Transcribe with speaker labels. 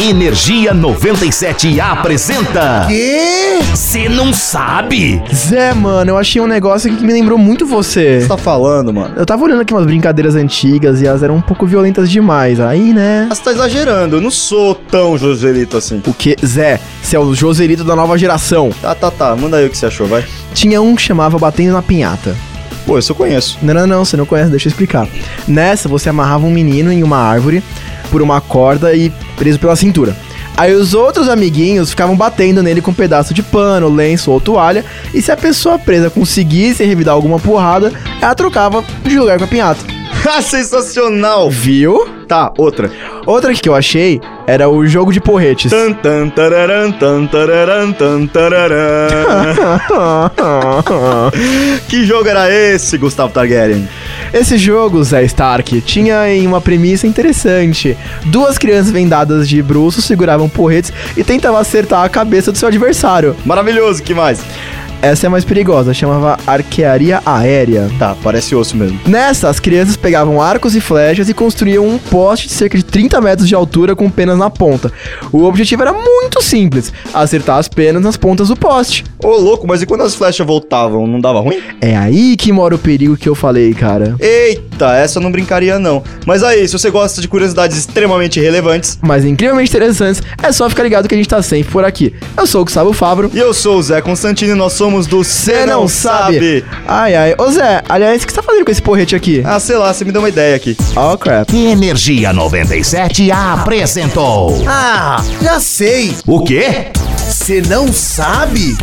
Speaker 1: Energia 97 apresenta.
Speaker 2: Quê?
Speaker 1: Você não sabe?
Speaker 3: Zé, mano, eu achei um negócio aqui que me lembrou muito você.
Speaker 2: Você tá falando, mano?
Speaker 3: Eu tava olhando aqui umas brincadeiras antigas e elas eram um pouco violentas demais. Aí, né?
Speaker 2: Ah, Você tá exagerando, eu não sou tão Joselito assim.
Speaker 3: O que, Zé? Você é o Joselito da nova geração.
Speaker 2: Tá, tá, tá, manda aí o que você achou, vai.
Speaker 3: Tinha um que chamava Batendo na Pinhata.
Speaker 2: Pô, isso eu conheço.
Speaker 3: Não, não, não, você não conhece, deixa eu explicar. Nessa, você amarrava um menino em uma árvore por uma corda e preso pela cintura. Aí os outros amiguinhos ficavam batendo nele com um pedaço de pano, lenço ou toalha, e se a pessoa presa conseguisse revidar alguma porrada, ela trocava de lugar com a pinhata.
Speaker 2: Ah, sensacional!
Speaker 3: Viu?
Speaker 2: Tá, outra.
Speaker 3: Outra que eu achei era o jogo de porretes.
Speaker 2: Tan, tan, tararan, tan, tararan, tan, tararan. que jogo era esse, Gustavo Targaryen?
Speaker 3: Esse jogo, Zé Stark, tinha em uma premissa interessante. Duas crianças vendadas de bruços seguravam porretes e tentavam acertar a cabeça do seu adversário.
Speaker 2: Maravilhoso, que mais?
Speaker 3: Essa é a mais perigosa, chamava arquearia aérea.
Speaker 2: Tá, parece osso mesmo.
Speaker 3: Nessa, as crianças pegavam arcos e flechas e construíam um poste de cerca de 30 metros de altura com penas na ponta. O objetivo era muito simples: acertar as penas nas pontas do poste.
Speaker 2: Ô, louco, mas e quando as flechas voltavam, não dava ruim?
Speaker 3: É aí que mora o perigo que eu falei, cara.
Speaker 2: Eita, essa eu não brincaria não. Mas aí, se você gosta de curiosidades extremamente relevantes,
Speaker 3: Mas incrivelmente interessantes, é só ficar ligado que a gente tá sempre por aqui. Eu sou o Gustavo Favro.
Speaker 2: e eu sou o Zé Constantino e nós somos do Cê Não, Sabe.
Speaker 3: Ai, ai. Ô Zé, aliás, o que você tá fazendo com esse porrete aqui?
Speaker 2: Ah, sei lá, você me deu uma ideia aqui.
Speaker 3: Oh, crap.
Speaker 1: Energia 97 apresentou.
Speaker 4: Ah, já sei!
Speaker 1: O quê?
Speaker 4: Você não sabe?